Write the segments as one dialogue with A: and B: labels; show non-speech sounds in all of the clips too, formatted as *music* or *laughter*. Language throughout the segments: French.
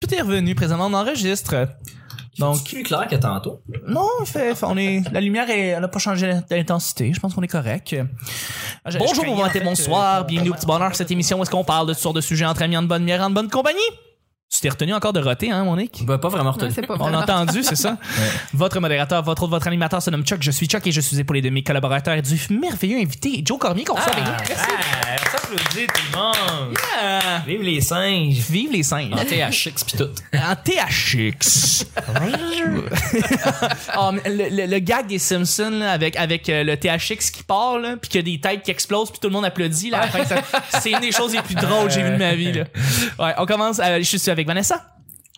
A: tout est revenu présentement, on enregistre.
B: Donc,
A: Donc,
B: plus clair que tantôt.
A: non, il fait, fait- on est, la lumière, est- elle n'a pas changé d'intensité. Je pense qu'on est correct. Ah, je- je
C: Bonjour,
A: craignais,
C: bon
A: en
C: matin,
A: fait,
C: bonsoir,
A: euh,
C: bienvenue au petit bonheur, cette émission où est-ce qu'on parle de toutes sortes de sujets entre amis, en bonne bière, en bonne compagnie. Tu t'es retenu encore de roter, hein, Monique?
B: Bah, pas vraiment
D: Ouais,
B: retenu.
D: c'est pas
C: On a entendu, c'est
B: *laughs*
C: ça? Votre modérateur, votre autre, votre animateur se nomme Chuck, je suis Chuck et je suis épaulé de mes collaborateurs et du merveilleux invité Joe Cormier qu'on reçoit avec nous.
B: Ah, on s'applaudit tout le monde.
C: Ah,
B: Vive les singes.
C: Vive les singes!
B: En THX pis tout.
C: En THX. *laughs* Ah, mais le, le- le gag des Simpsons là, avec, avec euh, le THX qui part, là, puis qu'il y a des têtes qui explosent, puis tout le monde applaudit. Là, à la fin, ça- c'est une des choses les plus drôles que j'ai vues de ma vie. là. Ouais, on commence. euh, je suis avec Vanessa,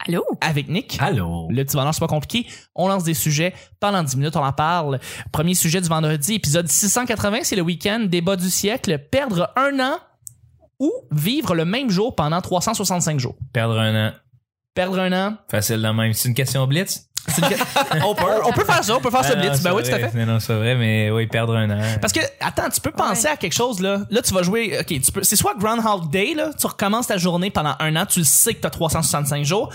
D: Allô?
C: avec Nick.
B: Allô.
C: Le petit bonheur, c'est pas compliqué. On lance des sujets. Pendant 10 minutes, on en parle. Premier sujet du vendredi, épisode 680, c'est le week-end, débat du siècle. Perdre un an ou vivre le même jour pendant 365 jours.
E: Perdre un an.
C: Perdre un an,
E: Facile de même. C'est une question blitz?
C: C'est une que- on, peut, on peut faire ça, on peut faire ça
E: Ah non,
C: blitz.
E: c'est
C: Ben oui, tout
E: vrai.
C: à fait.
E: Non, non, c'est vrai, mais oui, perdre un an.
C: Parce que, attends, tu peux penser à quelque chose, là. Là, tu vas jouer, ok, tu peux, c'est soit Groundhog Day, là, tu recommences ta journée pendant un an, tu le sais que t'as 365 jours.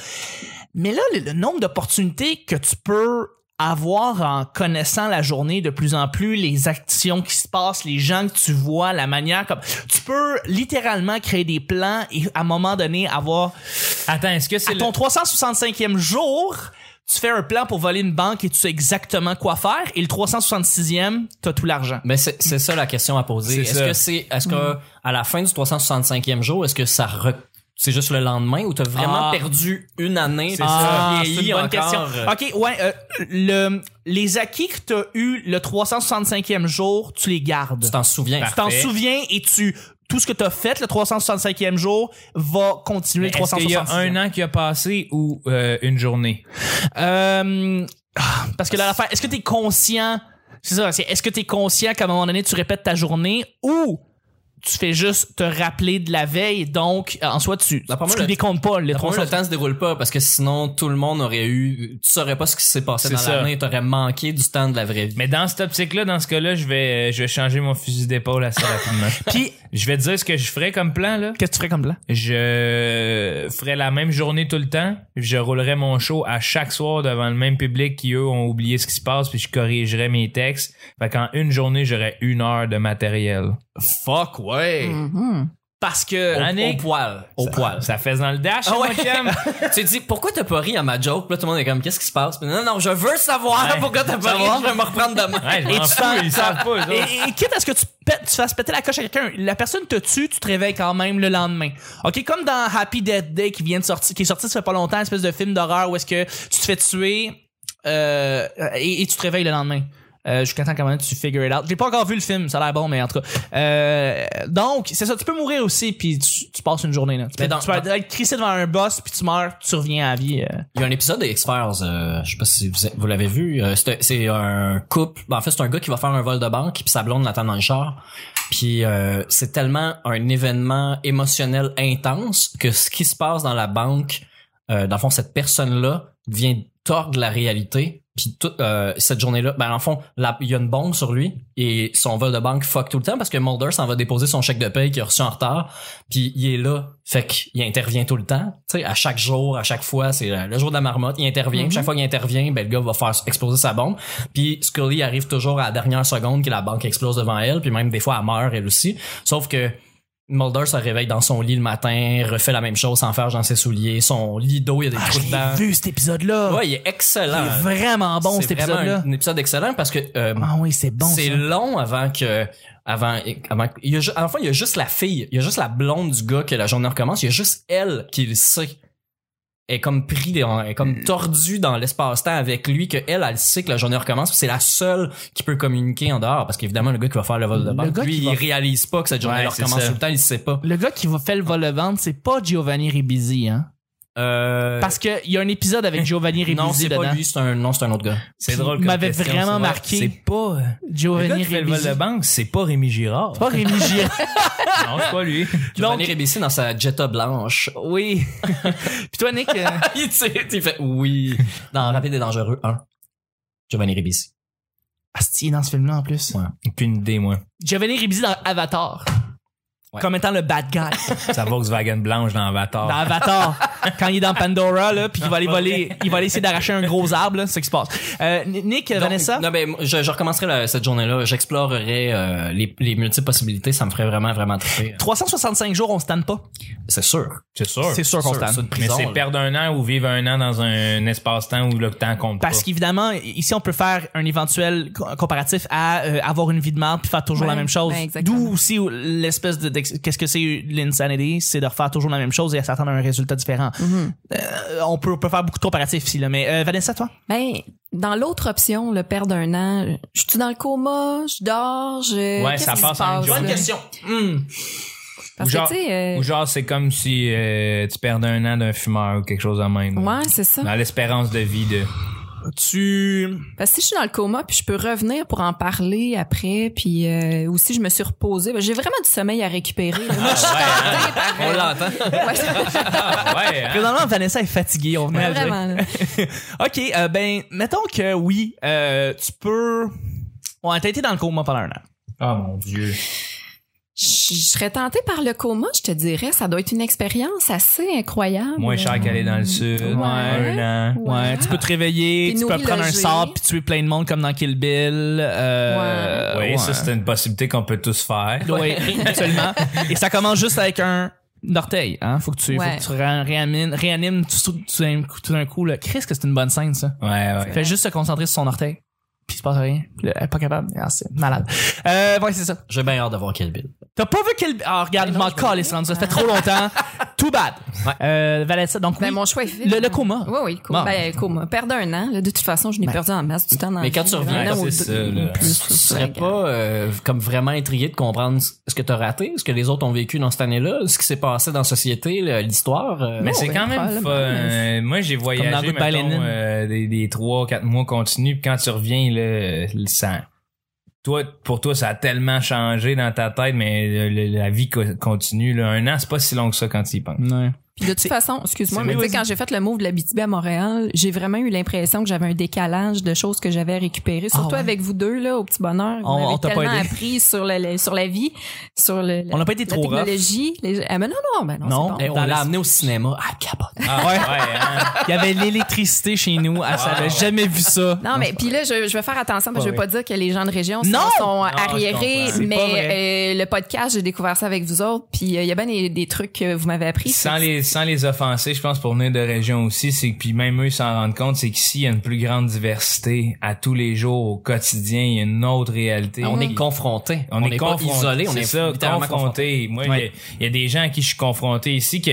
C: Mais là, le, le nombre d'opportunités que tu peux avoir en connaissant la journée de plus en plus, les actions qui se passent, les gens que tu vois, la manière comme, tu peux littéralement créer des plans et à un moment donné avoir,
E: Attends, est-ce que c'est
C: à
E: le...
C: ton 365e jour, tu fais un plan pour voler une banque et tu sais exactement quoi faire. Et le 366e, t'as tout l'argent.
B: Mais c'est c'est ça la question à poser.
E: C'est
B: Est-ce
E: ça.
B: que c'est, est-ce que à la fin du 365e jour, est-ce que ça re- c'est juste le lendemain ou t'as vraiment
C: Ah.
B: perdu une année
E: C'est
B: puis tu
C: Ah,
B: vieillis
C: c'est une bonne question.
B: encore?
C: OK, ouais, euh, le, les acquis que t'as eu le 365e jour, tu les gardes.
B: Tu t'en souviens.
C: Tu t'en souviens et tu tout ce que t'as fait le 365e jour va continuer le
E: Est-ce qu'il y a
C: 365e.
E: un an qui a passé ou euh, une journée?
C: Euh, ah, parce que là, l'affaire, est-ce que t'es conscient, c'est ça, c'est est-ce que t'es conscient qu'à un moment donné, tu répètes ta journée ou tu fais juste te rappeler de la veille, donc, euh, en soi, tu,
B: D'après moi,
C: tu
B: le-
C: décomptes pas les
B: Pour moi,
C: 300.
B: le temps se déroule pas parce que sinon tout le monde aurait eu, tu saurais pas ce qui s'est passé
E: C'est
B: dans
E: ça.
B: l'année, t'aurais manqué du temps de la vraie vie.
E: Mais dans cette optique-là, dans ce cas-là, je vais, euh, je vais changer mon fusil d'épaule assez rapidement.
C: Puis,
E: je vais te dire ce que je ferais comme plan, là.
C: qu'est-ce que tu ferais comme plan?
E: Je ferais la même journée tout le temps. Je roulerais mon show à chaque soir devant le même public qui, eux, ont oublié ce qui se passe, puis je corrigerais mes textes. Fait qu'en une journée, j'aurais une heure de matériel.
B: Fuck ouais.
C: Parce que,
B: Au, au
E: Annick.
B: poil. Au poil.
E: Ça faisait dans le dash, hein,
B: Ah ouais.
E: mon chum.
B: *laughs* tu te dis pourquoi t'as pas ri à ma joke Puis là tout le monde est comme qu'est-ce qui se passe Puis non non je veux savoir
E: Ouais.
B: pourquoi t'as pas ri je vais me reprendre demain
E: Ouais, je
C: Et
E: m'en
C: tu
E: fous,
C: t'en-
E: ils savent pas, eux autres.
C: Et, et quitte à ce que tu, pètes- tu fasses péter la coche à quelqu'un, la personne te tue, tu te réveilles quand même le lendemain. OK, comme dans Happy Death Day qui vient de sortir, qui est sorti ça fait pas longtemps, une espèce de film d'horreur où est-ce que tu te fais tuer euh, et, et tu te réveilles le lendemain. Euh, jusqu'à temps qu'à un moment donné, tu figure it out. J'ai pas encore vu le film, ça a l'air bon, mais en tout cas. Euh, donc, c'est ça, tu peux mourir aussi, puis tu, tu passes une journée. Là. Tu, peux,
B: Mais dans-
C: tu peux être crissé devant un boss, puis tu meurs, tu reviens à la vie. euh.
B: Il y a un épisode des X-Files, euh, je sais pas si vous, vous l'avez vu, euh, c'est un- c'est un couple, ben, en fait c'est un gars qui va faire un vol de banque puis sa blonde l'attend dans le char. Puis euh, c'est tellement un événement émotionnel intense que ce qui se passe dans la banque, euh, dans le fond cette personne-là vient tordre la réalité. Puis toute euh, cette journée-là, ben dans le fond, la- il y a une bombe sur lui et son vol de banque fuck tout le temps parce que Mulder s'en va déposer son chèque de paye qu'il a reçu en retard. Puis il est là, fait qu'il intervient tout le temps, tu sais, à chaque jour, à chaque fois, c'est euh, le jour de la marmotte, il intervient,
C: Mhm.
B: Puis chaque fois qu'il intervient, ben le gars va faire exploser sa bombe. Puis Scully arrive toujours à la dernière seconde que la banque explose devant elle, puis même des fois elle meurt elle aussi. Sauf que Mulder se réveille dans son lit le matin, refait la même chose sans faire dans ses souliers, son lit d'eau, il y a des
C: Ah,
B: trous
C: j'ai
B: dedans.
C: vu cet épisode-là.
B: Ouais, il est excellent.
C: c'est vraiment bon,
B: C'est
C: cet
B: vraiment
C: épisode-là.
B: un, un épisode excellent parce que euh,
C: Ah oui, c'est bon.
B: c'est
C: ça.
B: long avant que avant avant il y a ju- enfin il y a juste la fille, il y a juste la blonde du gars que la journée recommence, il y a juste elle qui le sait. Elle est comme pris dans- elle est
C: Hmm.
B: comme tordue dans l'espace-temps avec lui que elle elle sait que la journée recommence, puis c'est la seule qui peut communiquer en dehors parce qu'évidemment le gars qui va faire le vol de
C: Le
B: banque,
C: gars
B: lui
C: qui
B: il
C: va-
B: réalise pas que cette journée
E: Ouais,
B: elle
E: c'est
B: recommence
E: ça.
B: tout le temps, il sait pas.
C: Le gars qui va faire le vol de vente, c'est pas Giovanni Ribisi, hein?
B: Euh,
C: Parce qu'il y a un épisode avec Giovanni Ribisi
B: *laughs* non, c'est
C: dedans.
B: pas lui, c'est un non, c'est un autre gars.
E: C'est
C: Puis,
E: drôle comme
C: m'avait
E: question,
C: vraiment
E: c'est vrai.
C: marqué.
E: C'est pas. euh, Le gars
C: Giovanni
E: qui fait le vol
C: Ribisi.
E: de banque, c'est pas Rémi Girard.
C: Pas Rémi Girard. *laughs*
E: Non, c'est pas lui.
B: Giovanni Ribisi dans sa Jetta blanche.
C: oui. Puis toi, Nick, euh,
B: *laughs* il, tire, il fait oui dans Rapide et dangereux 1. Giovanni Ribisi.
C: Asti, dans ce film-là, en plus.
E: Aucune idée, moi.
C: Giovanni Ribisi dans Avatar.
B: Ouais.
C: Comme étant le bad guy.
E: Sa Volkswagen blanche dans Avatar.
C: Dans Avatar. quand il est dans Pandora, là, puis il va aller voler, il va aller essayer d'arracher un gros arbre, là, c'est ce qui se passe. Euh, Nick,
B: Donc,
C: Vanessa?
B: Non, ben, moi, je, je recommencerai la- cette journée-là. J'explorerai euh, les, les multiples possibilités. Ça me ferait vraiment, vraiment triper. euh.
C: 365 jours, on se tanne pas.
B: C'est sûr.
E: C'est sûr.
C: C'est sûr qu'on se tanne.
B: une
E: Mais
B: prison,
E: c'est
B: là.
E: perdre un an ou vivre un an dans un espace-temps où le temps compte
C: Parce
E: pas.
C: qu'évidemment, ici, on peut faire un éventuel co- comparatif à euh, avoir une vie de merde puis faire toujours
D: Ouais,
C: la même chose.
D: ben, exactement.
C: D'où aussi où l'espèce de, d'ex- qu'est-ce que c'est l'insanity, c'est de refaire toujours la même chose et à s'attendre à un résultat différent.
D: Mm-hmm.
C: Euh, on peut, on peut faire beaucoup de comparatifs ici, là. Mais euh, Vanessa, toi?
D: Ben, dans l'autre option, le perdre un an, je suis dans le coma, je dors, je.
E: Ouais,
D: Qu'est-ce
E: ça
D: qui se
E: passe à une journée.
D: là?
E: Bonne question.
D: Parce
E: Ou genre-
D: que, tu sais, euh,
E: Ou genre, c'est comme si euh, tu perdais un an d'un fumeur ou quelque chose en même.
D: euh, ouais, c'est ça.
E: Dans l'espérance de vie de.
C: Tu,
D: Parce que si je suis dans le coma, puis je peux revenir pour en parler après, puis euh, aussi je me suis reposée. Ben, j'ai vraiment du sommeil à
E: *laughs*
D: récupérer. là. Moi, je suis tentée par-
B: On l'entend.
D: Ouais,
E: Ouais, *laughs* hein?
C: Présentement, Vanessa est fatiguée, on venait à le dire.
D: vraiment. là.
C: OK, euh, ben, mettons que oui, euh, tu peux. Ouais, t'as été dans le coma pendant un an.
E: Oh mon dieu.
D: Je je serais tentée par le coma, je te dirais. Ça doit être une expérience assez incroyable.
E: Moins cher qu'aller dans le sud.
D: Ouais. Ben,
E: Un an.
D: Ouais.
C: tu peux te réveiller,
D: Puis
C: tu peux
D: nourrir
C: prendre un
D: le
C: sable
D: jeu.
C: puis tuer plein de monde comme dans Kill Bill. Euh,
E: Oui,
C: ouais.
E: ça, c'est une possibilité qu'on peut tous faire.
C: Oui, *laughs* absolument. Et ça commence juste avec un orteil. Hein? Faut que tu,
D: Ouais.
C: faut que tu ré- réanimes, réanimes tout, tout d'un coup- tout d'un coup. Là. Chris, que c'est une bonne scène, ça.
E: Ouais, ouais.
C: Fait juste se concentrer sur son orteil. Puis il se passe rien. Puis là, Elle est pas capable. Ah, c'est malade. Euh, ouais, c'est ça.
B: J'ai bien hâte de voir Kill Bill.
C: T'as pas vu quel... Ah, regarde, je m'en calais, ça Ça fait trop
D: *laughs*
C: longtemps. Too bad. Euh, Valessa, donc
D: hein. Ben,
C: oui.
D: mon choix est fait.
C: Le- le coma.
D: Oui, oui, le
C: Bon.
D: coma. Ben, le coma. Perdre un an. là, de toute façon,
E: Ben.
D: je n'ai perdu en masse du temps dans
B: Mais
D: la
B: quand
D: vie.
B: tu reviens,
D: Un an
E: c'est
D: ou
E: ça,
D: deux-
E: là.
D: plus,
B: Tu
D: c'est
B: serais
D: vrai.
B: pas euh, comme vraiment intrigué de comprendre ce que t'as raté, ce que les autres ont vécu dans cette année-là, ce qui s'est passé dans la société, le- l'histoire. euh,
E: Mais
D: Non,
E: c'est
D: ben,
E: quand même fun.
D: probablement, mais-
E: Euh, Moi, j'ai
C: dans
E: voyagé
C: Good Bye
E: mettons,
C: Lenin.
E: euh, des, des 3-4 mois continus. Puis quand tu reviens, là, le sang. Toi, pour toi, ça a tellement changé dans ta tête, mais le- le- la vie co- continue. là. Un an, c'est pas si long que ça quand tu y penses.
C: Ouais.
D: Puis de toute façon, excuse-moi,
E: C'est-
D: mais tu
E: oui,
D: sais, quand j'ai fait le move de la BTB à Montréal, j'ai vraiment eu l'impression que j'avais un décalage de choses que j'avais récupérées, surtout
C: Ah ouais.
D: avec vous deux, là, au petit bonheur. Vous
C: On-
D: m'avez
C: on t'a pas
D: tellement
C: aidé.
D: appris sur, le- le- sur la vie, sur le, la,
C: On n'a pas été
D: la
C: trop rough.
D: technologie. les- ah, mais non, non, ben non,
C: Non.
D: c'est bon.
B: eh, on
C: dans
B: l'a
C: la-
B: amené au cinéma. Ah, capote.
E: Ah ouais, hein?
C: Il y avait l'électricité chez nous. Elle s'avait jamais vu ça.
D: Non, mais puis là, je, je vais faire attention parce que je veux pas dire que les gens de région sont,
C: Non! Ah,
D: sont
E: je
D: arriérés,
E: comprends.
C: C'est pas
D: mais euh, le podcast, j'ai découvert ça avec vous autres, puis euh, il y a bien des, des trucs que vous m'avez appris.
E: sans
D: Fait que-
E: les sans les offenser, je pense pour venir de région aussi, c'est que puis même eux s'en rendent compte, c'est qu'ici il y a une plus grande diversité à tous les jours, au quotidien, il y a une autre réalité.
B: On est
E: Puis-
B: confronté.
E: on, est,
B: pas
E: confronté,
B: isolé. On
E: c'est
B: est,
E: ça,
B: littéralement confronté.
E: confronté. Moi, il
C: Ouais.
E: y, a- il y a des gens à qui je suis confronté ici que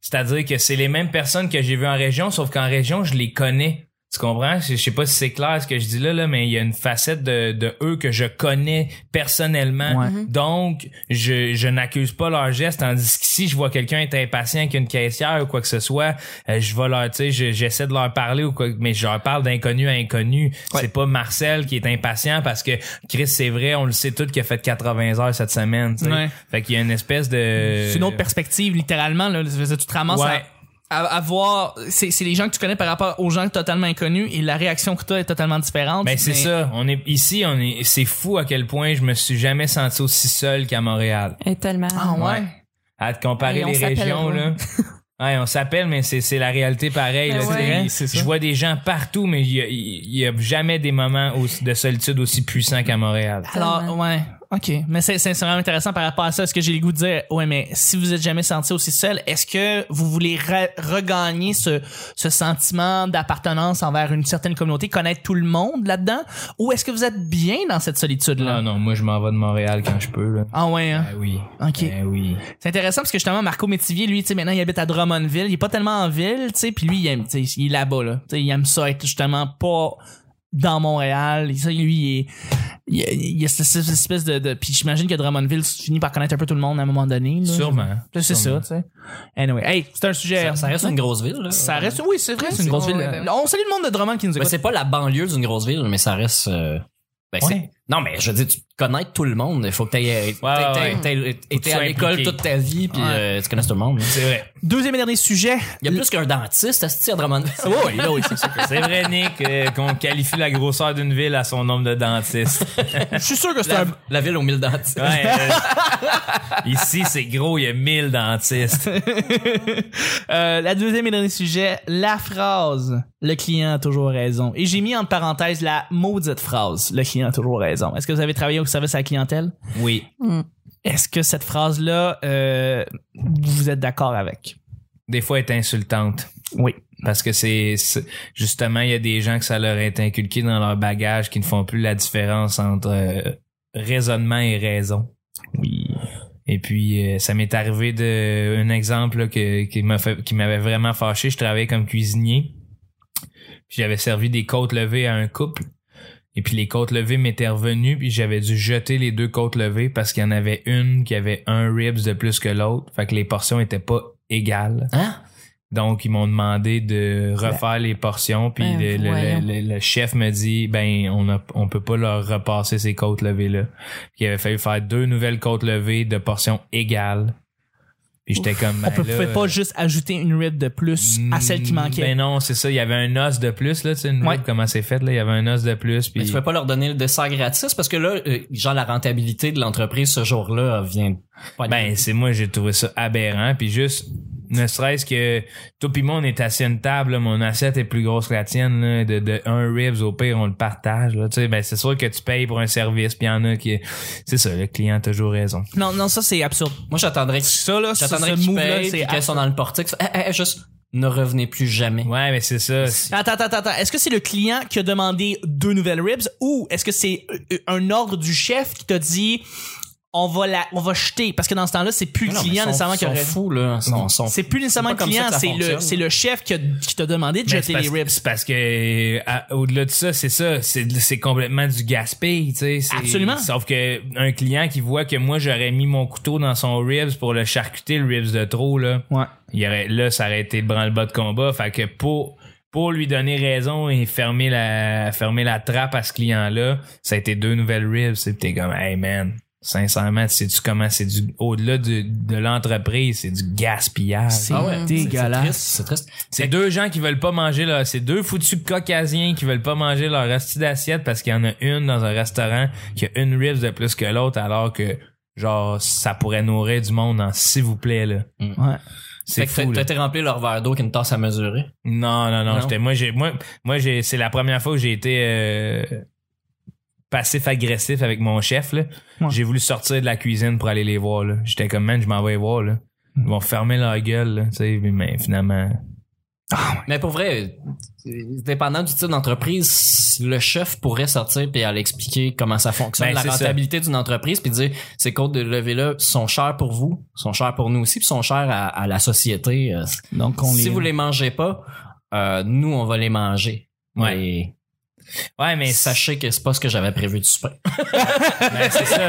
E: c'est-à-dire que c'est les mêmes personnes que j'ai vues en région, sauf qu'en région, je les connais. Tu comprends? Je je sais pas si c'est clair ce que je dis là, là mais il y a une facette de, de eux que je connais personnellement.
C: Ouais.
E: Donc, je, je n'accuse pas leur geste, tandis que si je vois quelqu'un être impatient avec une caissière ou quoi que ce soit, euh, je vais leur, tu sais, je- j'essaie de leur parler ou quoi, mais je leur parle d'inconnu à inconnu. C'est pas Marcel qui est impatient parce que Chris, c'est vrai, on le sait tout qu'il a fait 80 heures cette semaine, tu sais.
C: Ouais.
E: Fait qu'il y a une espèce de...
C: C'est une autre perspective, littéralement. Là. Je veux dire, Tu te ramasses
E: Ouais.
C: à, à- à voir. C'est c'est les gens que tu connais par rapport aux gens totalement inconnus et la réaction que tu as est totalement différente.
E: Ben c'est ça, on est ici, on est c'est fou à quel point je me suis jamais senti aussi seul qu'à Montréal.
D: Et tellement.
C: Ah ouais.
E: À te comparer
D: Et on
E: les
D: s'appelle,
E: régions
D: ouais.
E: là.
D: *laughs*
E: Ouais, on s'appelle mais c'est c'est la réalité pareille
D: Ben
E: là,
D: ouais.
E: tu sais.
C: Oui, c'est ça.
E: Je vois des gens partout mais il y a, il y a jamais des moments aussi- de solitude aussi puissants qu'à Montréal.
C: Alors,
D: Tellement.
C: ouais. OK. Mais c'est c'est vraiment intéressant par rapport à ça. Est-ce que j'ai le goût de dire, ouais, mais si vous êtes jamais senti aussi seul, est-ce que vous voulez re- regagner ce, ce sentiment d'appartenance envers une certaine communauté, connaître tout le monde là-dedans? Ou est-ce que vous êtes bien dans cette solitude-là?
E: Non non, moi je m'en vais de Montréal quand je peux là.
C: Ah ouais, hein?
E: Ben oui.
C: OK.
E: Ben oui.
C: C'est intéressant parce que justement Marco Métivier lui tu sais maintenant il habite à Drummondville, il est pas tellement en ville, tu sais puis lui il aime tu sais il est là-bas là. Tu sais il aime ça être justement pas dans Montréal, Et ça lui il est il y a, il y a cette, cette espèce de, de puis j'imagine que Drummondville tu finis par connaître un peu tout le monde à un moment donné là.
E: Sûrement.
C: Là, C'est ça,
E: Sûrement.
C: tu sais. Anyway, hey, c'est un sujet
B: Ça, euh, ça reste une grosse ville. Là.
C: Ça reste- oui, c'est vrai, c'est une
D: c'est-
C: grosse
D: ouais,
C: ville.
D: ouais, ouais.
B: Ben,
C: On salue le monde de Drummond qui nous
B: Mais
C: écoute.
B: c'est pas la banlieue d'une grosse ville, mais ça reste. euh, ben, c'est-
E: Ouais.
B: Non, mais je veux dire, tu connais tout le monde. Il faut que euh, tu aies
E: Ouais, ouais, ouais.
B: été
E: sois
B: à l'école
E: impliqué.
B: toute ta vie, puis
A: Ouais.
B: euh, tu connais tout le monde. là.
E: C'est vrai.
C: Deuxième et dernier sujet.
B: Il y a plus qu'un dentiste asti, à
E: *laughs*
B: Drummondville.
C: Oui, oui, c'est ça.
E: C'est vrai, Nick, euh, qu'on qualifie la grosseur d'une ville à son nombre de dentistes.
C: Je suis sûr que c'est
B: La,
C: un.
B: la ville aux mille dentistes. *laughs*
E: Ouais,
D: *laughs*
E: euh, ici, c'est gros, il y a 1000 dentistes.
C: *laughs* Euh, la deuxième et dernier sujet, la phrase le client a toujours raison. Et j'ai mis en parenthèse la maudite phrase le client a toujours raison. Est-ce que vous avez travaillé au service à la clientèle
E: Oui.
C: Est-ce que cette phrase là, vous êtes d'accord avec
E: Des fois, elle est insultante.
C: Oui.
E: Parce que c'est c'est- justement, il y a des gens que ça leur est inculqué dans leur bagage qui ne font plus la différence entre euh, raisonnement et raison.
C: Oui.
E: Et puis euh, ça m'est arrivé de un exemple là, que, qui m'a fait qui m'avait vraiment fâché, je travaillais comme cuisinier. Puis j'avais servi des côtes levées à un couple. Et puis les côtes levées m'étaient revenues, puis j'avais dû jeter les deux côtes levées parce qu'il y en avait une qui avait un ribs de plus que l'autre, fait que les portions étaient pas égales.
B: Hein?
E: Donc, ils m'ont demandé de refaire les portions, puis
D: Ben,
E: le, le-
D: voyons.
E: le- le- le chef me dit, ben, on a, on peut pas leur repasser ces côtes levées-là. Il avait fallu faire deux nouvelles côtes levées de portions égales. Puis j'étais comme, ben
C: On peut
E: là,
C: pouvait pas
E: euh,
C: juste ajouter une rib de plus à celle qui manquait.
E: Ben non, c'est ça, il y avait un os de plus, là, tu sais, une
C: Ouais.
E: rib, comment c'est fait, là, il y avait un os de plus,
B: Mais
E: puis...
B: tu peux pas leur donner le dessert gratis parce que là, euh, genre la rentabilité de l'entreprise ce jour-là euh, vient. pas de-
E: Ben, c'est moi, j'ai trouvé ça aberrant. Puis juste, ne serait-ce que toi pis moi, on est assis à une table, là, mon assiette est plus grosse que la tienne, là, de, de un ribs, au pire, on le partage. Là, tu sais, ben, c'est sûr que tu payes pour un service, puis il y en a qui... C'est ça, le client a toujours raison.
C: Non, non, ça c'est absurde.
B: moi j'attendrais que
C: Ça là, ce,
B: j'attendrais
C: ce
B: qu'ils
C: move-là,
B: payent,
C: c'est
B: puis qu'elles sont dans le portique. Eh, eh, eh, juste ne revenez plus jamais.
E: Ouais, mais c'est ça. c'est-
C: Attends, attends, attends, attends. Est-ce que c'est le client qui a demandé deux nouvelles ribs ou est-ce que c'est euh, un ordre du chef qui t'a dit on va la, on va jeter parce que dans ce temps-là c'est plus le
B: Non, mais
C: client
B: sont-
C: nécessairement qui
B: sont
C: aurait.
B: fous là, sont, sont
C: C'est plus nécessairement
B: C'est
C: le
B: pas comme ça
C: client,
B: que ça
C: c'est le,
B: fonctionne.
C: c'est le chef qui, a- qui t'a demandé de
E: Mais
C: jeter
E: c'est
C: les
E: parce-
C: ribs.
E: C'est parce que à- au-delà de ça, c'est ça, c'est c'est complètement du gaspille, tu sais. c'est-
C: Absolument.
E: Sauf que un client qui voit que moi j'aurais mis mon couteau dans son ribs pour le charcuter le ribs de trop là.
C: Ouais.
E: Il y aurait là ça aurait été le branle-bas de combat, fait que pour pour lui donner raison et fermer la fermer la trappe à ce client là, ça a été deux nouvelles ribs, c'est t'es comme hey man. Sincèrement, sais tu comment c'est du au-delà du- de l'entreprise, c'est du gaspillage.
C: C'est
B: Ah ouais, c'est-
C: dégueulasse.
B: C'est triste.
E: C'est deux gens qui veulent pas manger leur, c'est deux foutus caucasiens qui veulent pas manger leur reste d'assiette parce qu'il y en a une dans un restaurant qui a une ribs de plus que l'autre alors que genre ça pourrait nourrir du monde en s'il vous plaît là.
C: Ouais.
E: C'est
B: Mm. Fait
E: fou.
B: que
E: là.
B: t'as- t'as rempli leur verre d'eau qu'une tasse à mesurer.
E: Non non non,
B: Non.
E: j'étais moi j'ai moi moi j'ai c'est la première fois où j'ai été euh, passif agressif avec mon chef là.
C: Ouais.
E: J'ai voulu sortir de la cuisine pour aller les voir là. J'étais comme man, je m'en vais les voir là.
C: Mm.
E: Ils vont fermer leur gueule là, tu sais mais finalement
B: Mais pour vrai, euh, dépendant du type d'entreprise, le chef pourrait sortir puis aller expliquer comment ça fonctionne,
E: Ben,
B: la
E: c'est ça.
B: rentabilité d'une entreprise, puis dire ces codes de levée là sont chers pour vous, sont chers pour nous aussi, puis sont chers à, à la société. Euh,
C: Donc on
B: si
C: les...
B: vous les mangez pas, euh, nous on va les manger.
E: Ouais.
B: Et
E: ouais mais ça
B: sachez que c'est pas ce que j'avais prévu du
E: *laughs*
B: souper.
E: c'est ça.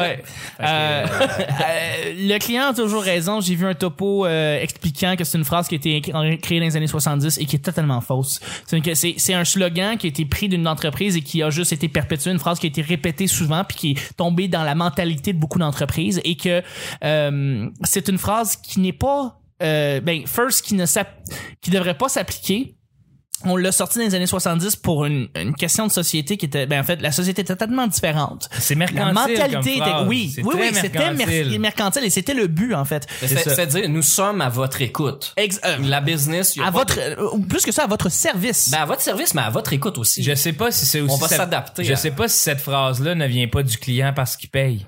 C: Ouais. Euh, *laughs* euh, le client a toujours raison. J'ai vu un topo euh, expliquant que c'est une phrase qui a été écri- créée dans les années 70 et qui est totalement fausse. C'est une- C'est c'est un slogan qui a été pris d'une entreprise et qui a juste été perpétuée, une phrase qui a été répétée souvent puis qui est tombée dans la mentalité de beaucoup d'entreprises et que euh, c'est une phrase qui n'est pas... euh, ben, first, qui ne s'app- qui devrait pas s'appliquer on l'a sorti dans les années 70 pour une, une question de société qui était ben en fait la société était tellement différente
E: C'est mercantile.
C: la
E: comme
C: mentalité était
E: phrase.
C: oui
E: C'est
C: oui
E: très
C: oui c'était mer-
E: mercantile.
C: mercantile et c'était le but en fait
B: C'est-
E: ça.
B: C'est-à-dire, nous sommes à votre écoute.
C: Ex- euh,
B: La business, il y a
C: à
B: pas
C: votre
B: de-
C: euh, plus que ça à votre service
B: Ben, à votre service, mais à votre écoute aussi.
E: Je sais pas si c'est aussi.
B: va
E: cette-
B: s'adapter
E: Je
B: à-
E: sais pas si cette phrase-là ne vient pas du client parce qu'il paye.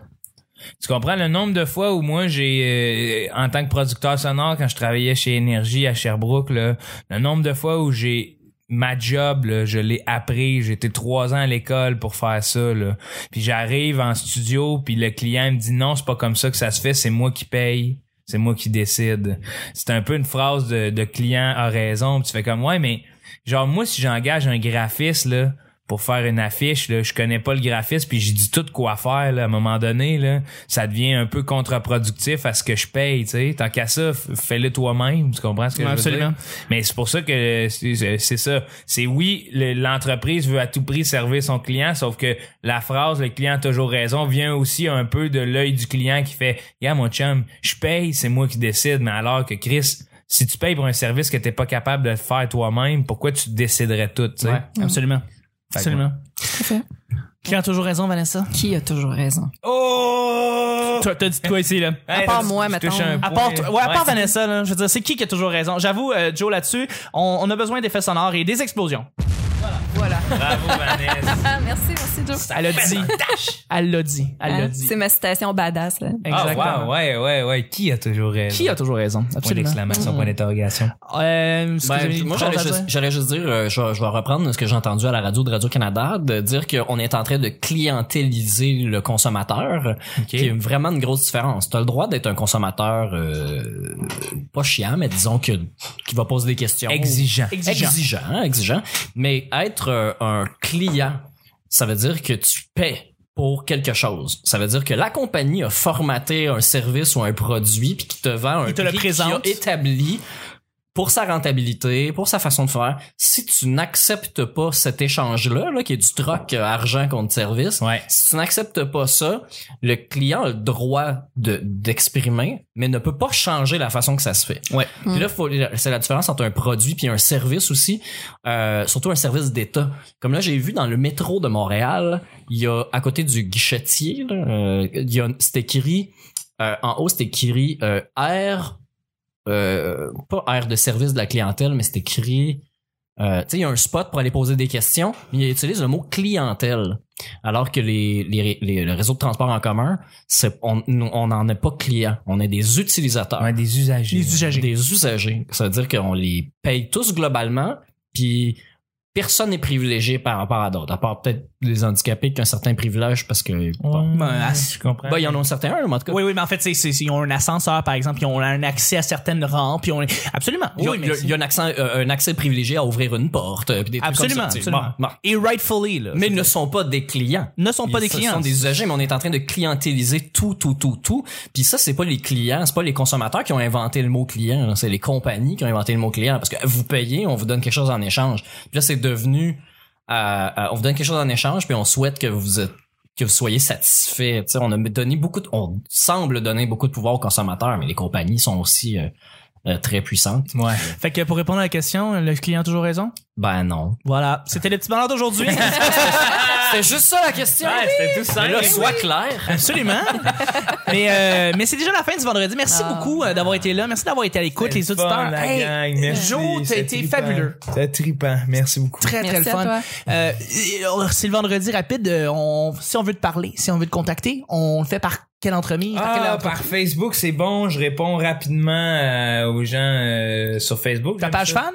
E: Tu comprends le nombre de fois où moi j'ai euh, en tant que producteur sonore quand je travaillais chez Énergie à Sherbrooke là, le nombre de fois où j'ai ma job là, je l'ai appris j'ai été trois ans à l'école pour faire ça là. puis j'arrive en studio puis le client me dit non c'est pas comme ça que ça se fait c'est moi qui paye c'est moi qui décide c'est un peu une phrase de, de client a raison puis tu fais comme ouais mais genre moi si j'engage un graphiste là pour faire une affiche, là, je connais pas le graphiste, puis j'ai dit tout quoi faire là, à un moment donné, là, ça devient un peu contre-productif à ce que je paye, tu sais. Tant qu'à ça, f- fais-le toi-même, tu comprends ce que
C: Ouais,
E: je veux
C: absolument.
E: dire? Mais c'est pour ça que c'est c'est- c'est ça. C'est oui, le- l'entreprise veut à tout prix servir son client, sauf que la phrase le client a toujours raison vient aussi un peu de l'œil du client qui fait Regarde mon chum, je paye, c'est moi qui décide, mais alors que Chris, si tu payes pour un service que t'es pas capable de faire toi-même, pourquoi tu déciderais tout, tu sais?
C: Ouais, absolument.
E: que
C: Absolument.
D: fait.
C: Qui a toujours raison, Vanessa?
D: Qui a toujours raison?
E: Oh!
C: Toi, t'as dit de quoi ici, là?
D: À part moi,
E: je touche
D: mettons.
E: un
C: À part,
E: point.
C: toi- ouais, à part
E: Ouais.
C: Vanessa, là, je veux dire, c'est qui qui a toujours raison? J'avoue, euh, Joe, là-dessus, on, on a besoin d'effets sonores et des explosions.
D: Voilà.
E: Bravo, Vanessa.
D: Ah, *laughs* merci, merci, Joe.
C: Elle l'a dit. Elle l'a dit. Elle l'a
D: Hein?
C: dit.
D: C'est ma citation badass. Là.
E: Ah,
C: *laughs* Exactement.
E: wow, ouais, ouais, ouais. Qui a toujours raison?
C: Qui a toujours raison?
E: Point
C: Absolument. Mm.
E: d'exclamation, point d'interrogation.
C: Euh, est-ce que
B: Ben,
C: vous avez une
B: moi,
C: phrase
B: j'allais
C: à
B: juste,
C: dire?
B: j'allais juste dire, euh, je, vais- je vais reprendre ce que j'ai entendu à la radio de Radio-Canada, de dire qu'on est en train de clientéliser le consommateur, qui est vraiment une grosse différence. Tu as le droit d'être un consommateur euh, pas chiant, mais disons que qui va poser des questions.
C: Ah,
E: Exigeant.
B: Exigeant. Exigeant, hein, exigeant. Mais être euh, un client, ça veut dire que tu paies pour quelque chose. Ça veut dire que la compagnie a formaté un service ou un produit puis qui te vend un
C: Il te le
B: prix
C: présente.
B: qu'il a établi pour sa rentabilité, pour sa façon de faire. Si tu n'acceptes pas cet échange-là, là, qui est du troc euh, argent contre service,
E: Ouais.
B: si tu n'acceptes pas ça, le client a le droit de d'exprimer, mais ne peut pas changer la façon que ça se fait. Ouais. Puis là, faut- c'est la différence entre un produit puis un service aussi, euh, surtout un service d'État. Comme là, j'ai vu dans le métro de Montréal, il y a à côté du guichetier, là, euh, il y a c'est écrit euh, en haut, c'est écrit euh, R, euh, pas R de service de la clientèle, mais c'est écrit. euh, tu sais, il y a un spot pour aller poser des questions, mais il utilise le mot clientèle. Alors que les, les, les- le réseau de transport en commun, c'est, on nous- on n'en est pas client, on est des utilisateurs,
E: Un des usagers.
C: Les usagers.
B: des usagers. Ça veut dire qu'on les paye tous globalement, puis personne n'est privilégié par rapport à d'autres, à part peut-être les handicapés qui ont un certain privilège parce que... Bon.
C: Ben,
E: je comprends.
B: Ben, ils en ont certains, un, mais en tout cas.
C: Oui, oui, mais en fait, c'est, c'est, ils ont un ascenseur, par exemple, ils ont un accès à certaines rampes, ils ont... Absolument.
B: Il y a,
C: Oui, mais
B: il y a-
C: c'est-
B: il y a un, accent- euh, un accès privilégié à ouvrir une porte. euh, puis des trucs
C: Absolument,
B: comme ça, tu sais.
C: absolument.
B: Bon, bon.
C: Et rightfully, là.
B: Mais ils ne sont pas des clients.
C: ne sont pas
B: Ils-
C: des
B: ce
C: clients.
B: sont des usagers, mais on est en train de clientéliser tout, tout, tout, tout. Puis ça, c'est pas les clients, c'est pas les consommateurs qui ont inventé le mot client, là. c'est les compagnies qui ont inventé le mot client parce que vous payez, on vous donne quelque chose en échange. Puis là, c'est devenu, euh, euh, on vous donne quelque chose en échange, puis on souhaite que vous êtes- que vous soyez satisfait. Tu sais, on a donné beaucoup, de- on semble donner beaucoup de pouvoir aux consommateurs, mais les compagnies sont aussi euh, euh, très puissantes.
E: Ouais.
C: Fait que pour répondre à la question, le client a toujours raison.
B: Ben non.
C: Voilà. C'était le petit bonheur *laughs* d'aujourd'hui.
B: C'est juste ça la question.
E: Ouais, c'était tout
B: Mais
E: simple.
B: là, sois clair.
C: Absolument. mais euh, mais c'est déjà la fin du vendredi. Merci
D: Ah.
C: beaucoup euh, d'avoir été là. Merci d'avoir été à l'écoute, les
E: Fun,
C: auditeurs.
E: la
C: Hey,
E: gang. Merci,
C: Joe, t'as
E: c'est
C: été
E: trippant.
C: fabuleux.
E: C'était trippant. Merci beaucoup.
C: Très, très
D: Merci
C: le
D: à
C: fun.
D: toi.
C: Euh, et, euh, c'est le vendredi rapide. euh, on- si on veut te parler, si on veut te contacter, on le fait par quelle entremise? par quelle
E: Ah,
C: entre-
E: par Facebook, c'est bon. Je réponds rapidement euh, aux gens euh, sur Facebook.
C: ta
E: J'aime
C: page
E: ça.
C: fan?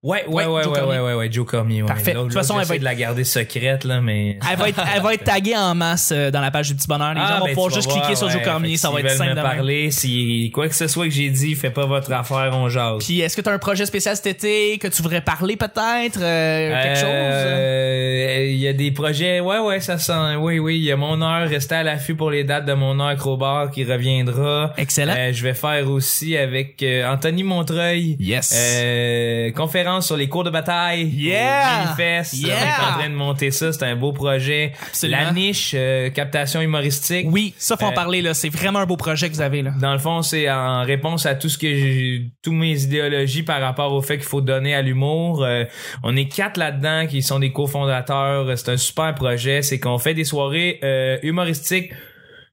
E: Ouais,
C: Ouais,
E: ouais, ouais,
C: Joe
E: ouais,
C: Cormier.
E: ouais, ouais, ouais, Joe Cormier. ouais.
C: Parfait.
E: Là,
C: De toute
E: là,
C: façon, elle
E: j'essaie
C: va être-
E: de la garder secrète, là, mais.
C: Elle va être, elle va être taguée en masse euh, dans la page du petit bonheur. Les gens vont
E: ben,
C: pouvoir
E: tu
C: juste
E: vas
C: cliquer
E: voir,
C: sur Joe
E: ouais.
C: Cormier,
E: Fait que
C: ça va
E: s'ils
C: être
E: veulent
C: simple. de
E: me
C: même.
E: parler, si quoi que ce soit que j'ai dit, fais pas votre affaire, on jase.
C: Puis est-ce que tu as un projet spécial cet été que tu voudrais parler peut-être? euh, quelque chose?
E: Euh, Il y a des projets, ouais, ouais, ça sent, oui, oui, il y a mon heure, restez à l'affût pour les dates de mon heure Crowbar qui reviendra.
C: Excellent.
E: Euh, je vais faire aussi avec euh, Anthony Montreuil.
C: Yes.
E: Euh, conférence sur les cours de bataille.
C: Yeah.
E: Au Minifest.
C: Yeah.
E: On est en train de monter ça, c'est un beau projet.
C: Absolument.
E: La niche, euh, captation humoristique.
C: Oui, ça faut en
E: Euh,
C: parler là. C'est vraiment un beau projet que vous avez là.
E: Dans le fond, c'est en réponse à tout ce que j'ai, toutes mes idéologies par rapport au fait qu'il faut donner à l'humour. Euh, on est quatre là-dedans qui sont des cofondateurs. C'est un super projet. C'est qu'on fait des soirées euh, humoristiques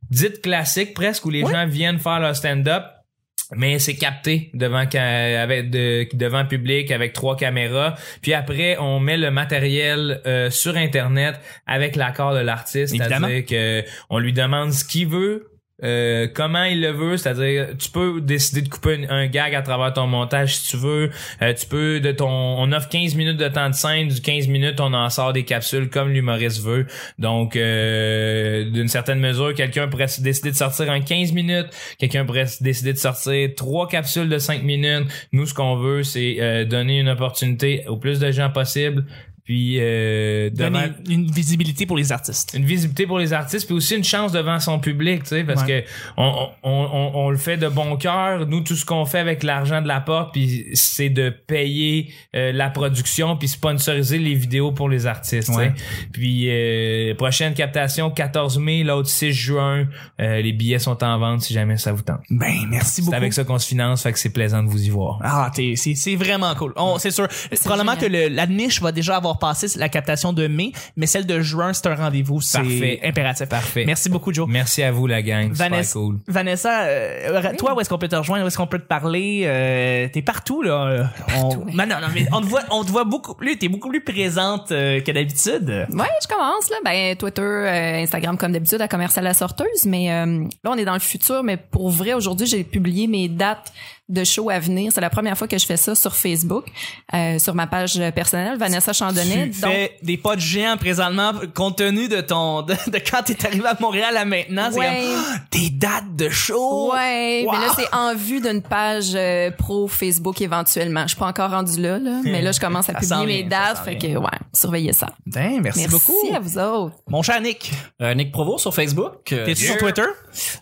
E: dites classiques presque où les
C: Ouais.
E: gens viennent faire leur stand-up. Mais c'est capté devant ca- avec de, devant public avec trois caméras. Puis après, on met le matériel euh, sur internet avec l'accord de l'artiste,
C: Évidemment.
E: c'est-à-dire que on lui demande ce qu'il veut, euh, comment il le veut, c'est-à-dire tu peux décider de couper une- un gag à travers ton montage si tu veux, Euh, tu peux de ton on offre 15 minutes de temps de scène, du 15 minutes on en sort des capsules comme l'humoriste veut. Donc euh, d'une certaine mesure, quelqu'un pourrait s- décider de sortir en 15 minutes, quelqu'un pourrait s- décider de sortir trois capsules de 5 minutes. Nous ce qu'on veut c'est euh, donner une opportunité au plus de gens possible Puis euh,
C: Donner
E: devant-
C: une visibilité pour les artistes.
E: une visibilité pour les artistes, puis aussi une chance devant son public, tu sais, parce que on, on, on, on le fait de bon cœur. Nous, tout ce qu'on fait avec l'argent de la porte, puis c'est de payer euh, la production, puis sponsoriser les vidéos pour les artistes. tu sais.
A: Ouais.
E: Puis euh, prochaine captation 14 mai, l'autre 6 juin. Euh, les billets sont en vente si jamais ça vous tente.
C: Ben, merci
E: C'est
C: beaucoup.
E: avec ça qu'on se finance, fait que c'est plaisant de vous y voir.
C: Ah, t'es- c'est c'est vraiment cool. On- C'est sûr. Probablement que le- la niche va déjà avoir passé c'est la captation de mai, mais celle de juin, c'est un rendez-vous. C'est
E: Parfait.
C: impératif.
E: Parfait.
C: Merci beaucoup, Joe.
E: Merci à vous la gang,
C: Vanessa,
E: super cool.
C: Vanessa euh, toi, où est-ce qu'on peut te rejoindre? Où est-ce qu'on peut te parler? Euh, t'es partout, là. Euh, on...
D: ouais.
C: Mais non, non, mais on te voit, on te voit beaucoup plus. T'es beaucoup plus présente euh, que d'habitude.
D: Ouais, je commence là. Ben Twitter, euh, Instagram comme d'habitude à commercial la sorteuse. Mais euh, là, on est dans le futur. Mais pour vrai, aujourd'hui, j'ai publié mes dates de shows à venir. C'est la première fois que je fais ça sur Facebook, euh, sur ma page personnelle, Vanessa Chandonnet.
C: Tu fais des pas de géants présentement, compte tenu de ton, de, de quand t'es arrivé à Montréal à maintenant. C'est
D: Ouais.
C: comme, Ah, des dates de show.
D: Ouais,
C: Wow.
D: mais là c'est en vue d'une page euh, pro Facebook éventuellement. Je suis pas encore rendue là, là, mais là je commence à
C: Ça
D: publier
C: s'en
D: mes
C: vient, ça
D: dates,
C: s'en
D: fait
C: vient.
D: que ouais, surveillez ça.
C: Damn, Ben, merci,
D: Merci
C: beaucoup.
D: à vous autres.
C: Mon cher Nick,
B: Euh, Nick Provo sur Facebook. Euh,
C: t'es-tu sur
B: yeah.
C: Twitter?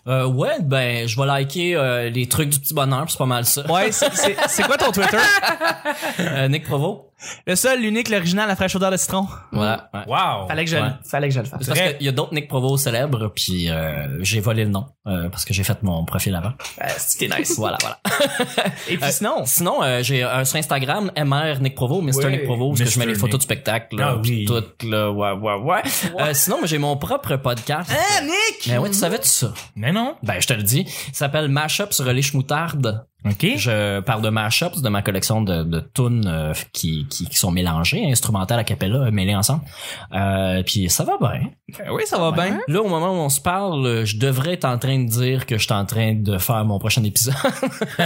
B: Euh, ouais, ben, je vais liker euh, les trucs du petit bonheur, puis c'est pas mal ça.
C: Ouais, c'est- c'est c'est quoi ton Twitter?
B: Euh, Nick Provo.
C: Le seul, l'unique, l'original, la fraîche odeur de citron.
B: Voilà. ouais.
E: Wow!
C: Fallait que je, le-
B: Ouais.
C: fallait que je le fasse.
B: C'est parce qu'il y a d'autres Nick Provo célèbres, puis euh, j'ai volé le nom euh, parce que j'ai fait mon profil avant.
C: Euh, C'était nice.
B: Voilà, voilà.
C: Et puis sinon,
B: Sinon, euh, j'ai euh, sur Instagram MR Nick Provo, Mr
E: Ouais.
B: Nick Provo, parce que je mets
E: Mr.
B: les photos de spectacle, là,
E: Ah
B: puis
E: oui.
B: tout là, ouais, ouais, ouais. Euh, sinon, moi, j'ai mon propre podcast.
C: Hein, Nick!
B: Mais ouais, tu savais tout ça.
E: Mais non?
B: Ben, je te le dis. Ça s'appelle Mashup sur les chmoutardes.
E: OK.
B: Je parle de mashups, de ma collection de, de tunes euh, qui, qui, qui sont mélangées, instrumentales, a cappella, mêlées ensemble. Euh, puis ça va bien.
C: Euh, Oui, ça va bien.
B: Là, au moment où on se parle, euh, je devrais être en train de dire que je suis en train de faire mon prochain épisode. *laughs*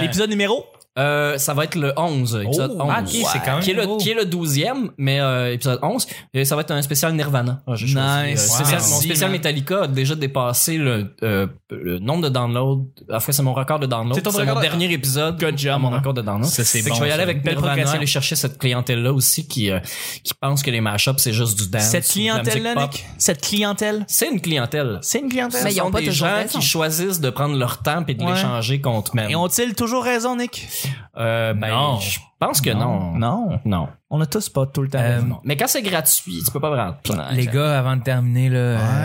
C: L'épisode numéro.
B: Euh, ça va être le 11, épisode
E: Oh,
B: 11.
E: ah, ok, c'est quand même
B: qui, est
E: nouveau.
B: le, qui est le 12e, mais euh, épisode 11. Et ça va être un spécial Nirvana. Ah, j'ai choisi,
C: Nice.
B: euh, spécial-
E: Wow.
B: mon spécial Metallica a déjà dépassé le, euh, le nombre de downloads. À fois, c'est mon record de downloads.
C: C'est ton
B: mon
C: record de-
B: dernier épisode.
C: Good job,
B: à mon
C: hein.
B: record de downloads.
E: Ça, c'est
B: Fait que
E: bon,
B: je vais y
E: ça.
B: aller avec
C: Belle
B: Nirvana,
C: progression.
B: aller chercher cette clientèle-là aussi qui, euh, qui pense que les mashups, c'est juste du dance.
C: Cette
B: ou de la musique
C: clientèle-là,
B: pop.
C: Nick? Cette clientèle?
B: C'est une clientèle.
C: C'est une clientèle?
D: Mais
B: Ce
D: ils ont
B: sont
D: pas
B: des
D: toujours
B: gens
D: raison.
B: qui choisissent de prendre leur temps et de
C: Ouais.
B: l'échanger contre même.
C: Et ont-ils toujours raison, Nick?
B: Euh, ben,
E: Non.
B: je pense que non.
C: Non.
B: Non.
C: On a tous pas tout le temps.
E: Euh,
C: raison.
B: Mais quand c'est gratuit, tu peux pas vraiment te plaindre.
E: Les gars, avant de terminer, là,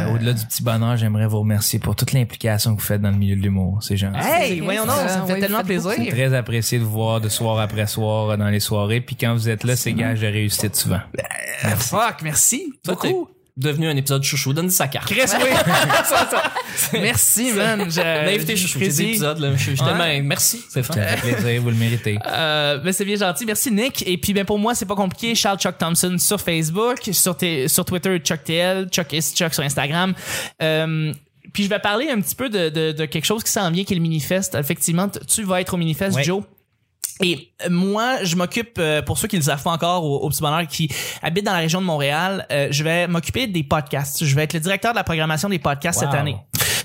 E: euh, au-delà du petit bonheur, j'aimerais vous remercier pour toute l'implication que vous faites dans le milieu de l'humour. C'est gentil.
C: hey,
D: c'est vrai,
C: Euh, voyons
D: ça.
C: donc, ça me fait
D: Oui,
C: tellement
D: vous faites
C: plaisir.
E: C'est Très apprécié de vous voir de soir après soir euh, dans les soirées. Puis quand vous êtes là, c'est gage de réussite souvent.
C: Fuck, merci.
B: Toi, t'es
C: beaucoup.
B: devenu un épisode chouchou. Donne sa carte.
C: Chris, oui. *laughs* Ça, ça. merci, man. Je-
B: L'invité
C: je
B: chouchou. C'est
C: précie.
B: l'épisode, là. Je suis je suis
C: Ouais.
B: tellement. Merci, Euh, Ah. c'est fin.
E: Ça fait plaisir, vous le méritez.
C: Euh, ben, c'est bien gentil. Merci, Nick. Et puis, ben, pour moi, c'est pas compliqué. Charles Chuck Thompson sur Facebook, sur, t- sur Twitter, Chuck TL, Chuck is Chuck sur Instagram. Euh, puis, je vais parler un petit peu de, de- de quelque chose qui s'en vient, qui est le Minifest. Effectivement, t- tu vas être au Minifest,
E: Ouais.
C: Joe. Et euh, moi, je m'occupe, euh, pour ceux qui ne le savent pas encore, au, au petit bonheur, qui habitent dans la région de Montréal, euh, je vais m'occuper des podcasts. Je vais être le directeur de la programmation des podcasts
E: Wow.
C: cette année.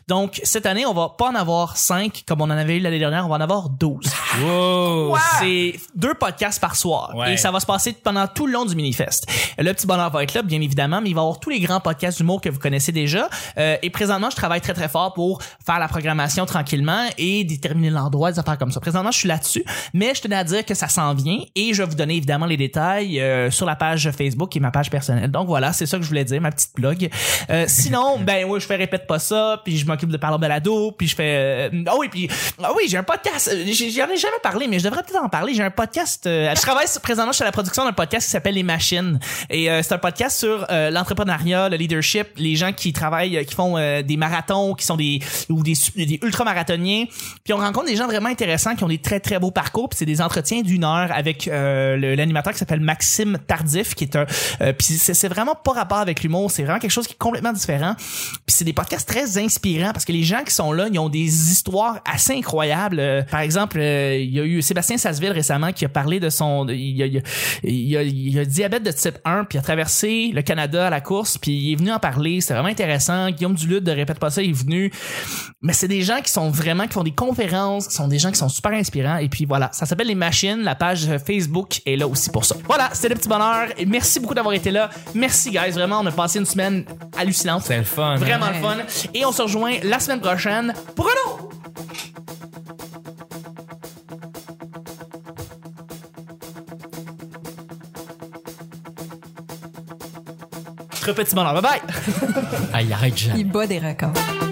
C: Donc, cette année, on va pas en avoir cinq comme on en avait eu l'année dernière, on va en avoir 12.
E: Wow!
C: C'est deux podcasts par soir.
E: Ouais.
C: Et ça va se passer pendant tout le long du Minifest. Le petit bonheur va être là, bien évidemment, mais il va y avoir tous les grands podcasts d'humour que vous connaissez déjà. Euh, et présentement, je travaille très, très fort pour faire la programmation tranquillement et déterminer l'endroit, des affaires comme ça. Présentement, je suis là-dessus, mais je tenais à dire que ça s'en vient et je vais vous donner évidemment les détails euh, sur la page Facebook et ma page personnelle. Donc voilà, c'est ça que je voulais dire, ma petite blog. Euh, sinon, ben oui, je fais répète pas ça, puis je m'occupe de parler balado, puis je fais... euh, Ah oui, puis... Ah oui, j'ai un podcast. Euh, j'ai- J'en ai jamais parlé, mais je devrais peut-être en parler. J'ai un podcast. euh, je travaille sur- présentement sur la production d'un podcast qui s'appelle Les Machines. Et euh, c'est un podcast sur euh, l'entrepreneuriat, le leadership, les gens qui travaillent, euh, qui font euh, des marathons, qui sont des ou des, su- des ultra-marathoniens. Puis on rencontre des gens vraiment intéressants qui ont des très très beaux parcours. Puis c'est des entretiens d'une heure avec euh, le- l'animateur qui s'appelle Maxime Tardif, qui est un. euh, puis c'est c'est vraiment pas rapport avec l'humour. C'est vraiment quelque chose qui est complètement différent. Puis c'est des podcasts très inspirants gens parce que les gens qui sont là, ils ont des histoires assez incroyables. Euh, par exemple, euh, il y a eu Sébastien Sasseville récemment qui a parlé de son, il a, il a, il a- il a diabète de type 1 puis il a traversé le Canada à la course puis il est venu en parler. C'est vraiment intéressant. Guillaume Duluth de répète pas ça, il est venu. Mais c'est des gens qui sont vraiment qui font des conférences, qui sont des gens qui sont super inspirants. Et puis voilà, ça s'appelle les machines. La page Facebook est là aussi pour ça. Voilà, c'était le petit bonheur. Et merci beaucoup d'avoir été là. Merci guys, vraiment, on a passé une semaine hallucinante.
E: C'est le fun. hein?
C: Vraiment
D: Ouais.
C: le fun. Et on se rejoint la semaine prochaine pour un autre. Très petit bonheur. Bye bye.
B: Aïe, arrête, Jean.
D: Il bat des records.